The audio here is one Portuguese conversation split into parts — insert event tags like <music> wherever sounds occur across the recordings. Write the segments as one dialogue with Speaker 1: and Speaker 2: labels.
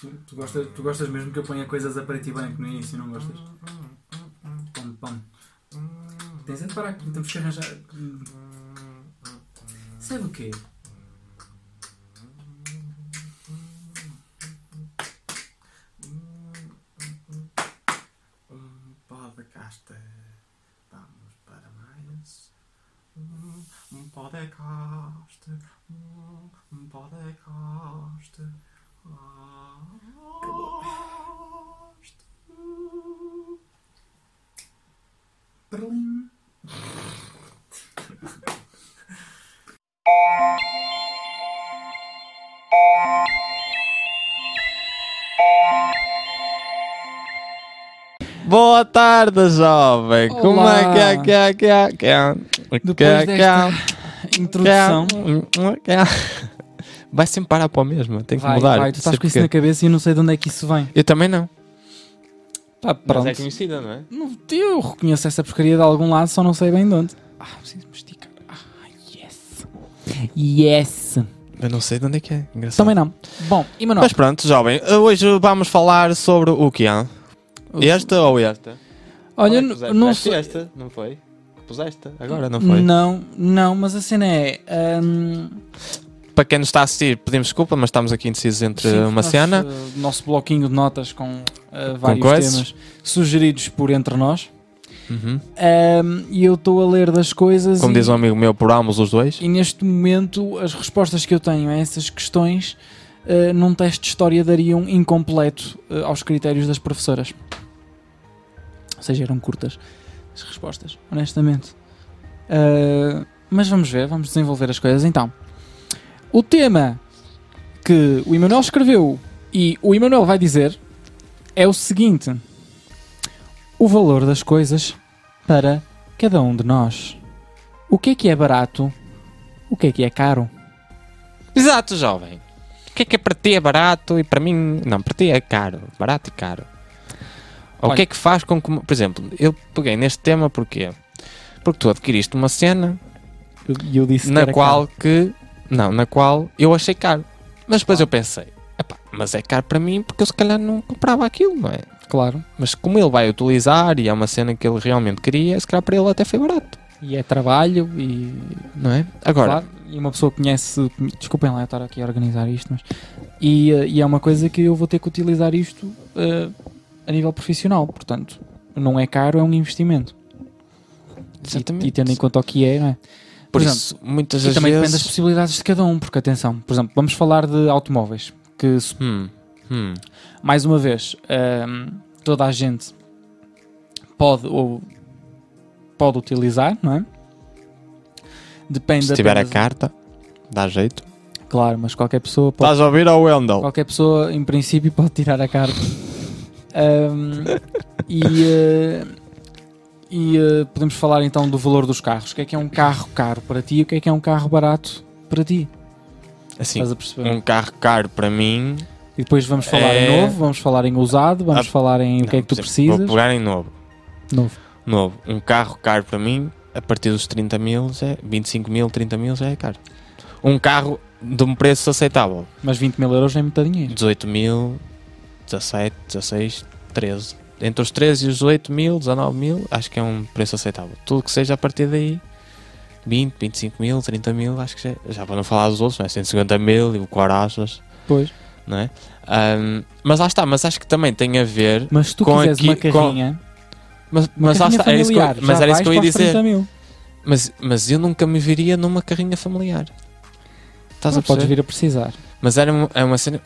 Speaker 1: Tu, tu gostas, tu gostas mesmo que eu ponha coisas a preto e branco no início, não gostas? Pam, pam. Tens de parar que temos que arranjar. Sabe o quê?
Speaker 2: Um podcast. Vamos para mais. Um, um podcast. Um, um podcast. Podcast.
Speaker 1: Perlim.
Speaker 3: Boa tarde, jovem. Como é que é que é que é que é? Que é
Speaker 4: Depois
Speaker 3: que
Speaker 4: desta
Speaker 3: é? Que
Speaker 4: introdução,
Speaker 3: é? Que é? Vai sempre parar para o mesmo, tem que
Speaker 4: vai,
Speaker 3: mudar.
Speaker 4: vai, tu estás
Speaker 3: Sei
Speaker 4: com isso
Speaker 3: porquê.
Speaker 4: na cabeça e eu não sei de onde é que isso vem.
Speaker 3: Eu também não.
Speaker 4: Pá, pronto.
Speaker 3: Mas é conhecida, não é?
Speaker 4: Não- eu reconheço essa porcaria de algum lado, só não sei bem de onde. Ah, preciso me esticar. Ah, yes. Yes.
Speaker 3: Eu não sei de onde é que é. Engraçado.
Speaker 4: Também não. Bom, e Manuel?
Speaker 3: Mas pronto, jovem, hoje vamos falar sobre o que é. Esta ou esta? Qual
Speaker 4: Olha,
Speaker 3: é que
Speaker 4: n-
Speaker 3: puseste?
Speaker 4: não
Speaker 3: Puseste
Speaker 4: sei.
Speaker 3: esta, não foi? Puseste agora, não foi?
Speaker 4: Não, não, mas a cena é. hum,
Speaker 3: Para quem nos está a assistir, pedimos desculpa, mas estamos aqui indecisos entre
Speaker 4: sim,
Speaker 3: uma
Speaker 4: nosso,
Speaker 3: cena.
Speaker 4: uh, nosso bloquinho de notas com uh, vários
Speaker 3: coisas.
Speaker 4: temas sugeridos por entre nós.
Speaker 3: Uhum.
Speaker 4: Hum, E eu estou a ler das coisas.
Speaker 3: Como
Speaker 4: e-
Speaker 3: diz um amigo meu, por ambos os dois.
Speaker 4: E neste momento, as respostas que eu tenho a essas questões eh, num teste de história dariam incompleto eh, aos critérios das professoras. Ou seja, eram curtas as respostas, honestamente. Eh, mas vamos ver, vamos desenvolver as coisas então. O tema que o Emanuel escreveu e o Emanuel vai dizer é o seguinte: o valor das coisas para cada um de nós. O que é que é barato? O que é que é caro?
Speaker 3: Exato, jovem. O que é que é para ti é barato e para mim. Não, para ti é caro. Barato e caro. Ou o
Speaker 4: Olha.
Speaker 3: que é que faz com que. Por exemplo, eu peguei neste tema porquê? Porque tu adquiriste uma cena
Speaker 4: E eu disse
Speaker 3: na qual que. Não, na qual eu achei caro. Mas depois eu pensei, "Epá, mas é caro para mim porque eu se calhar não comprava aquilo, não é?
Speaker 4: Claro.
Speaker 3: Mas como ele vai utilizar e é uma cena que ele realmente queria, se calhar para ele até foi barato,
Speaker 4: E é trabalho e.
Speaker 3: não é? Agora,
Speaker 4: claro, e uma pessoa que conhece. Desculpem lá eu estar aqui a organizar isto, mas. E, eh, e é uma coisa que eu vou ter que utilizar isto eh, a nível profissional. Portanto, não é caro, é um investimento. E-
Speaker 3: exatamente.
Speaker 4: E, tendo em conta o que é, não é? por
Speaker 3: Por isso, muitas
Speaker 4: E
Speaker 3: das
Speaker 4: também depende das
Speaker 3: vezes.
Speaker 4: possibilidades de cada um, porque atenção, por exemplo, vamos falar de automóveis. Que se
Speaker 3: Hum, hum.
Speaker 4: mais uma vez, hum, toda a gente pode ou pode utilizar, não é? Depende
Speaker 3: Se tiver a
Speaker 4: apenas-
Speaker 3: carta, dá jeito.
Speaker 4: Claro, mas qualquer pessoa pode,
Speaker 3: Estás a ouvir ao Wendell?
Speaker 4: qualquer pessoa em princípio pode tirar a carta. Hum, e eh, e eh, podemos falar então do valor dos carros. O que é que é um carro caro para ti e o que é que é um carro barato para ti?
Speaker 3: Assim,
Speaker 4: Estás a perceber?
Speaker 3: um carro caro para mim.
Speaker 4: E depois vamos falar
Speaker 3: É.
Speaker 4: em novo, vamos falar em usado, vamos
Speaker 3: Ah,
Speaker 4: falar em o que é que tu
Speaker 3: Não, por exemplo,
Speaker 4: precisas.
Speaker 3: Vou pegar em novo.
Speaker 4: Novo.
Speaker 3: Novo. Um carro caro para mim, a partir dos 30 mil, já é, 25 mil, 30 mil já é caro. Um carro de um preço aceitável.
Speaker 4: Mas 20 mil euros é muito dinheiro.
Speaker 3: 18 mil, 17, 16, 13. Entre os 13 e os 18 mil, 19 mil, acho que é um preço aceitável. Tudo que seja a partir daí, 20, 25 mil, 30 mil, acho que já, já para não falar dos outros, não é? 150 mil e o Coraças,
Speaker 4: Pois.
Speaker 3: não é? Ahm, mas lá está, mas acho que também tem a ver.
Speaker 4: Mas se tu
Speaker 3: Com
Speaker 4: quiseres
Speaker 3: aqui-
Speaker 4: uma carrinha,
Speaker 3: Mas,
Speaker 4: uma
Speaker 3: mas lá
Speaker 4: carrinha
Speaker 3: está, era isso que eu,
Speaker 4: familiar,
Speaker 3: mas
Speaker 4: já
Speaker 3: era isso que eu ia
Speaker 4: vais para os
Speaker 3: dizer.
Speaker 4: 30 mil.
Speaker 3: Mas, mas eu nunca me viria numa carrinha familiar. Estás a
Speaker 4: Não podes
Speaker 3: perceber?
Speaker 4: vir a precisar.
Speaker 3: Mas era uma, é uma cena.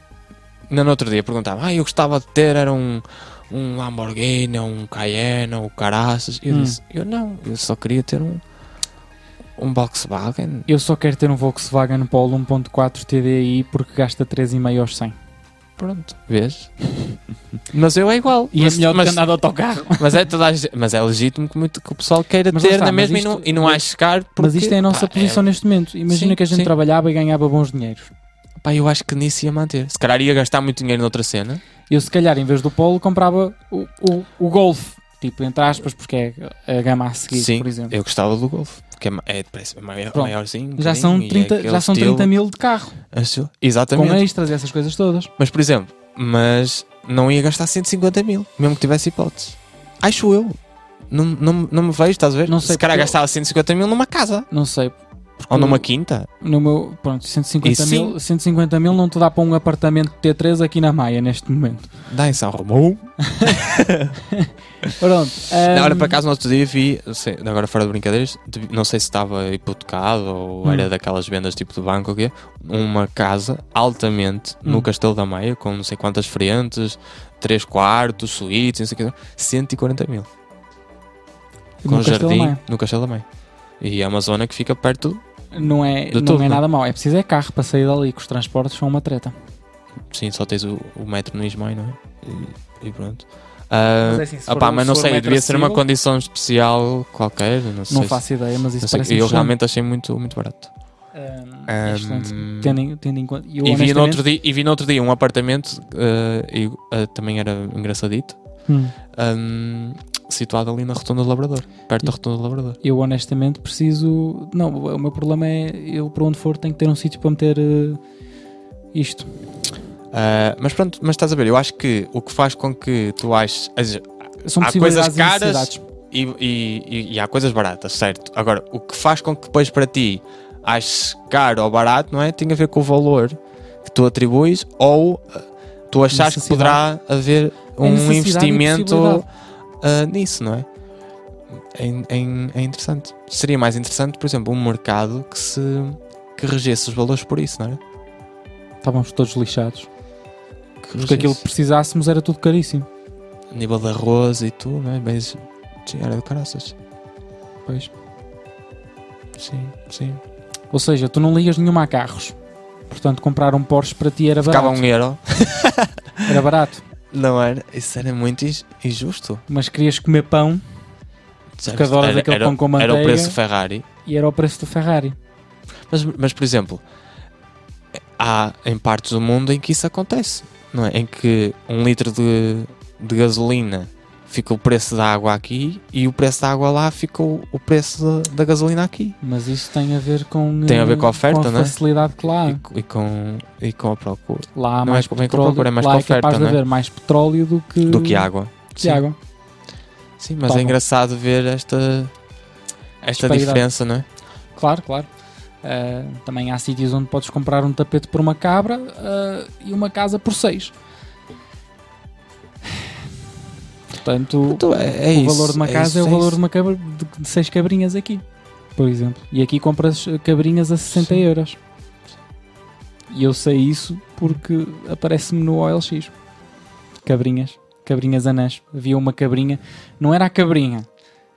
Speaker 3: Ainda no outro dia perguntava, ah, eu gostava de ter, era um, um Lamborghini, ou um Cayenne, ou caraças. Eu
Speaker 4: Hum.
Speaker 3: disse, eu não, eu só queria ter um, um Volkswagen.
Speaker 4: Eu só quero ter um Volkswagen Polo 1.4 TDI porque gasta 3,5 aos 100.
Speaker 3: Pronto, vês?
Speaker 4: <laughs>
Speaker 3: mas eu é igual.
Speaker 4: E
Speaker 3: mas,
Speaker 4: é melhor do
Speaker 3: mas,
Speaker 4: que andar de autocarro.
Speaker 3: mas é toda a gente- mas é legítimo que, muito, que o pessoal queira
Speaker 4: Mas lá
Speaker 3: ter
Speaker 4: está,
Speaker 3: na
Speaker 4: mas
Speaker 3: mesma e
Speaker 4: isto-
Speaker 3: não, e não acho caro. Porque,
Speaker 4: Mas isto é a nossa
Speaker 3: pá,
Speaker 4: posição neste momento. Imagina
Speaker 3: Sim,
Speaker 4: que a gente
Speaker 3: sim.
Speaker 4: trabalhava e ganhava bons dinheiros.
Speaker 3: é- pá, eu acho que nisso ia manter. Se calhar ia gastar muito dinheiro noutra cena.
Speaker 4: Eu, se calhar, em vez do Polo, comprava o, o, o Golf. Tipo, entre aspas, porque é a gama a seguir,
Speaker 3: Sim,
Speaker 4: por exemplo.
Speaker 3: eu gostava do Golf. Que é, ma- é, parece maior,
Speaker 4: Pronto.
Speaker 3: maiorzinho.
Speaker 4: Já
Speaker 3: pequenininho,
Speaker 4: são,
Speaker 3: e é
Speaker 4: 30,
Speaker 3: aquele
Speaker 4: já são
Speaker 3: estilo-
Speaker 4: 30 mil de carro,
Speaker 3: Achou? Exatamente.
Speaker 4: com extras e essas coisas todas.
Speaker 3: Mas, por exemplo, Mas não ia gastar 150 mil, mesmo que tivesse hipótese. Acho eu. Não, não, não me vejo, estás a ver?
Speaker 4: Não sei,
Speaker 3: Se calhar
Speaker 4: porque eu-
Speaker 3: gastava 150 mil numa casa.
Speaker 4: Não sei.
Speaker 3: Ou numa
Speaker 4: eu-
Speaker 3: quinta.
Speaker 4: No meu, pronto, 150
Speaker 3: E
Speaker 4: mil, 150 mil não te dá para um apartamento T3 aqui na Maia neste momento.
Speaker 3: Dá em São Romão.
Speaker 4: Pronto.
Speaker 3: Na hora,
Speaker 4: hum,
Speaker 3: por acaso, no outro dia vi, sei- agora fora de brincadeiras, de- não sei se estava hipotecado ou
Speaker 4: Hum.
Speaker 3: era daquelas vendas tipo de banco ou quê, uma casa altamente
Speaker 4: Hum.
Speaker 3: no Castelo da Maia, com não sei quantas frentes, 3 quartos, suítes, não sei o que, 140 mil.
Speaker 4: no
Speaker 3: com
Speaker 4: Castelo
Speaker 3: jardim
Speaker 4: Maia.
Speaker 3: no Castelo da Maia. E é uma zona que fica perto,
Speaker 4: Não é,
Speaker 3: de
Speaker 4: não
Speaker 3: tudo,
Speaker 4: é
Speaker 3: não.
Speaker 4: nada mau. É preciso é carro para sair dali, que os transportes são uma treta.
Speaker 3: sim, só tens o, o metro no Ismael, não é? E, e pronto. Ah,
Speaker 1: Mas é assim, se for
Speaker 3: opá,
Speaker 1: um-
Speaker 3: mas
Speaker 1: se
Speaker 3: não
Speaker 1: for um
Speaker 3: sei,
Speaker 1: metro
Speaker 3: devia ser uma
Speaker 1: acessível-
Speaker 3: condição especial qualquer, não,
Speaker 4: não
Speaker 3: sei.
Speaker 4: faço ideia, mas
Speaker 3: não
Speaker 4: isso
Speaker 3: sei,
Speaker 4: parece
Speaker 3: eu
Speaker 4: excelente.
Speaker 3: realmente achei muito, muito barato.
Speaker 4: Hum, é excelente.
Speaker 3: Hum,
Speaker 4: Tendo, em- tendo em conta. Eu,
Speaker 3: E vi, no
Speaker 4: honestamente,
Speaker 3: outro dia, e vi no outro dia um apartamento eh, e, eh, também era engraçadito,
Speaker 4: hum,
Speaker 3: ahm, situado ali na Rotunda do Labrador, perto da Rotunda do Labrador.
Speaker 4: eu honestamente preciso. Não, o meu problema é eu para onde for tenho que ter um sítio para meter eh, isto.
Speaker 3: Ah, mas pronto, mas estás a ver, eu acho que o que faz com que tu aches quer dizer,
Speaker 4: São
Speaker 3: Há
Speaker 4: possibilidades
Speaker 3: coisas caras,
Speaker 4: e necessidades.
Speaker 3: e, e- e- e há coisas baratas, certo? Agora, o que faz com que depois para ti aches caro ou barato, não é? Tem a ver com o valor que tu atribuis ou ah, tu achas que poderá haver
Speaker 4: É
Speaker 3: um
Speaker 4: necessidade e
Speaker 3: investimento
Speaker 4: possibilidade.
Speaker 3: ah, nisso, não é? É, in- é in- é interessante. Seria mais interessante, por exemplo, um mercado que se que regesse os valores por isso, não é? era?
Speaker 4: Estávamos todos lixados. Porque
Speaker 3: Que regesse.
Speaker 4: aquilo que precisássemos era tudo caríssimo.
Speaker 3: A nível de arroz e tudo, não é? Mas sim, era de caraças.
Speaker 4: Pois.
Speaker 3: Sim, sim.
Speaker 4: Ou seja, tu não ligas nenhuma a carros. Portanto, comprar um Porsche para ti era
Speaker 3: Ficava
Speaker 4: barato.
Speaker 3: um euro.
Speaker 4: Era barato.
Speaker 3: Não era? Isso era muito inj- injusto.
Speaker 4: Mas querias comer pão
Speaker 3: Sabes?
Speaker 4: Cada hora daquele pão com
Speaker 3: era o
Speaker 4: manteiga.
Speaker 3: preço Ferrari.
Speaker 4: e era o preço do Ferrari.
Speaker 3: Mas, mas, por exemplo, há em partes do mundo em que isso acontece, não é? Em que um litro de, de gasolina fica o preço da água aqui e o preço da água lá fica o, o preço da, da gasolina aqui.
Speaker 4: Mas isso tem a ver com.
Speaker 3: Tem a
Speaker 4: eh,
Speaker 3: ver com a oferta,
Speaker 4: com a
Speaker 3: não é?
Speaker 4: facilidade que lá há.
Speaker 3: E, co- e com, e com a procura.
Speaker 4: Lá Ah. há
Speaker 3: não
Speaker 4: mais
Speaker 3: é com- bem com a
Speaker 4: petróleo.
Speaker 3: procura, é mais
Speaker 4: lá
Speaker 3: com a
Speaker 4: é capaz
Speaker 3: oferta,
Speaker 4: de
Speaker 3: não é?
Speaker 4: haver mais petróleo do que,
Speaker 3: Do que água.
Speaker 4: que
Speaker 3: Sim.
Speaker 4: água.
Speaker 3: Sim, mas
Speaker 4: Toma.
Speaker 3: é engraçado ver esta, esta
Speaker 4: Disparidade.
Speaker 3: diferença, não é?
Speaker 4: Claro, claro. Eh, também há sítios onde podes comprar um tapete por uma cabra eh, e uma casa por seis. Portanto,
Speaker 3: Então, é, é
Speaker 4: o valor
Speaker 3: isso,
Speaker 4: de uma casa é,
Speaker 3: isso,
Speaker 4: o valor
Speaker 3: isso.
Speaker 4: de uma cabra de, de seis cabrinhas aqui, por exemplo. E aqui compras eh, cabrinhas a 60
Speaker 3: Sim.
Speaker 4: euros. E eu sei isso porque aparece-me no OLX. Cabrinhas, cabrinhas anãs. Havia uma cabrinha, não era a cabrinha,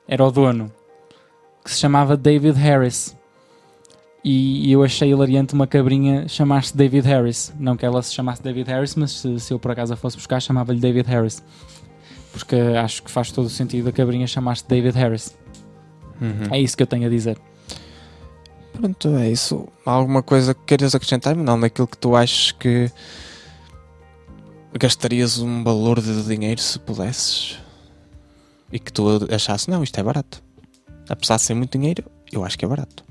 Speaker 4: era o dono, que se chamava David Harris. E eu achei hilariante uma cabrinha chamar-se David Harris. Não que ela se chamasse David Harris, mas se, se eu por acaso a fosse buscar, chamava-lhe David Harris porque acho que faz todo o sentido a cabrinha chamar-se David Harris.
Speaker 3: Uhum.
Speaker 4: É isso que eu tenho a dizer.
Speaker 3: Pronto, é isso. Há alguma coisa que queiras acrescentar, não daquilo que tu achas que gastarias um valor de dinheiro se pudesses e que tu achasses, não, isto é barato. Apesar de ser muito dinheiro, eu acho que é barato.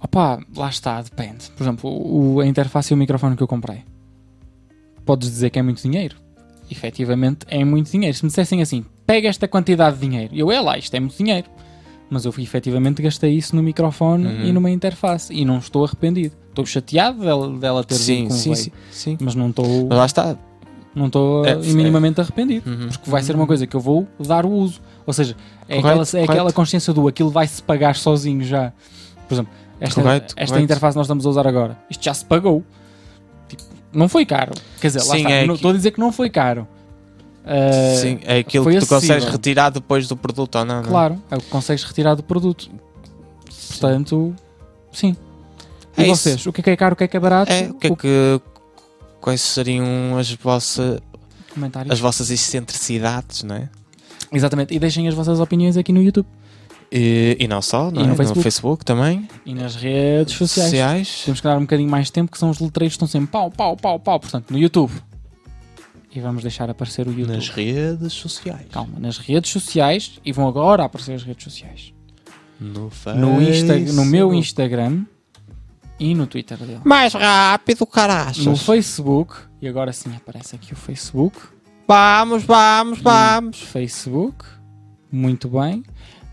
Speaker 4: Opa, lá está, depende. Por exemplo, o- a interface e o microfone que eu comprei. Podes dizer que é muito dinheiro. Efetivamente é muito dinheiro. Se me dissessem assim, pega esta quantidade de dinheiro, eu é lá, isto é muito dinheiro. Mas eu efetivamente gastei isso no microfone
Speaker 3: Uhum.
Speaker 4: e numa interface. E não estou arrependido. Estou chateado dela, dela ter vindo um
Speaker 3: Sim,
Speaker 4: como
Speaker 3: sim,
Speaker 4: veio.
Speaker 3: sim, sim.
Speaker 4: Mas não estou
Speaker 3: Mas lá está.
Speaker 4: não estou
Speaker 3: É,
Speaker 4: eh, minimamente arrependido.
Speaker 3: Uhum.
Speaker 4: porque vai ser uma coisa que eu vou dar o uso. Ou seja, é,
Speaker 3: Correto,
Speaker 4: aquela, é
Speaker 3: correto.
Speaker 4: aquela consciência do aquilo vai-se pagar sozinho já. Por exemplo, esta,
Speaker 3: Correto,
Speaker 4: esta
Speaker 3: correto.
Speaker 4: interface nós estamos a usar agora, isto já se pagou. Tipo, não foi caro. Quer dizer, lá
Speaker 3: Sim,
Speaker 4: está.
Speaker 3: é
Speaker 4: não-
Speaker 3: que-
Speaker 4: Estou a dizer que não foi caro. Ah,
Speaker 3: Sim, é aquilo
Speaker 4: foi
Speaker 3: que tu consegues
Speaker 4: acessível.
Speaker 3: retirar depois do produto ou não, não é?
Speaker 4: Claro, é o que consegues retirar do produto. Portanto, sim. E
Speaker 3: É isso.
Speaker 4: vocês? O que é que é caro, o que é que é barato?
Speaker 3: É, o que é que. Quais seriam as, vossa,
Speaker 4: Comentários.
Speaker 3: as vossas excentricidades, não é?
Speaker 4: Exatamente. E deixem as vossas opiniões aqui no YouTube
Speaker 3: E, e não só, não
Speaker 4: E
Speaker 3: é?
Speaker 4: no
Speaker 3: No
Speaker 4: Facebook.
Speaker 3: Facebook também.
Speaker 4: e nas redes sociais. Temos que dar um bocadinho mais de tempo, que são os letreiros que estão sempre pau, pau, pau, pau. Portanto, no YouTube. E vamos deixar aparecer o YouTube.
Speaker 3: Nas redes sociais.
Speaker 4: Calma, nas redes sociais. E vão agora aparecer as redes sociais.
Speaker 3: No,
Speaker 4: No, Insta, no meu
Speaker 3: Instagram.
Speaker 4: Instagram e no Twitter dele.
Speaker 3: Mais rápido, carachas.
Speaker 4: No Facebook E agora sim aparece aqui o Facebook.
Speaker 3: Vamos, vamos, vamos.
Speaker 4: Facebook. Muito bem.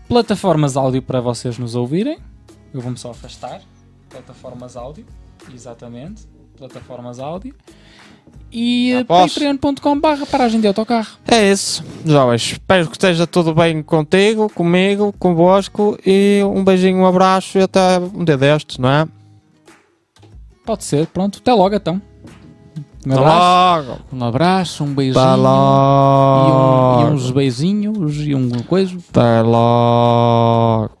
Speaker 4: Plataformas áudio para vocês nos ouvirem. Eu vou-me só afastar. Plataformas áudio. Exatamente. Plataformas áudio. E eh,
Speaker 3: Aposto.
Speaker 4: patreon.com/barra paragem de autocarro.
Speaker 3: É isso, jovens. Espero que esteja tudo bem contigo, comigo, convosco. E um beijinho, um abraço e até um dia deste, não é?
Speaker 4: Pode ser, pronto. Até logo então. Um
Speaker 3: Até
Speaker 4: abraço,
Speaker 3: logo.
Speaker 4: um, abraço, um beijinho.
Speaker 3: Até
Speaker 4: E, um- e
Speaker 3: logo.
Speaker 4: uns beijinhos e um coisa.
Speaker 3: Até logo.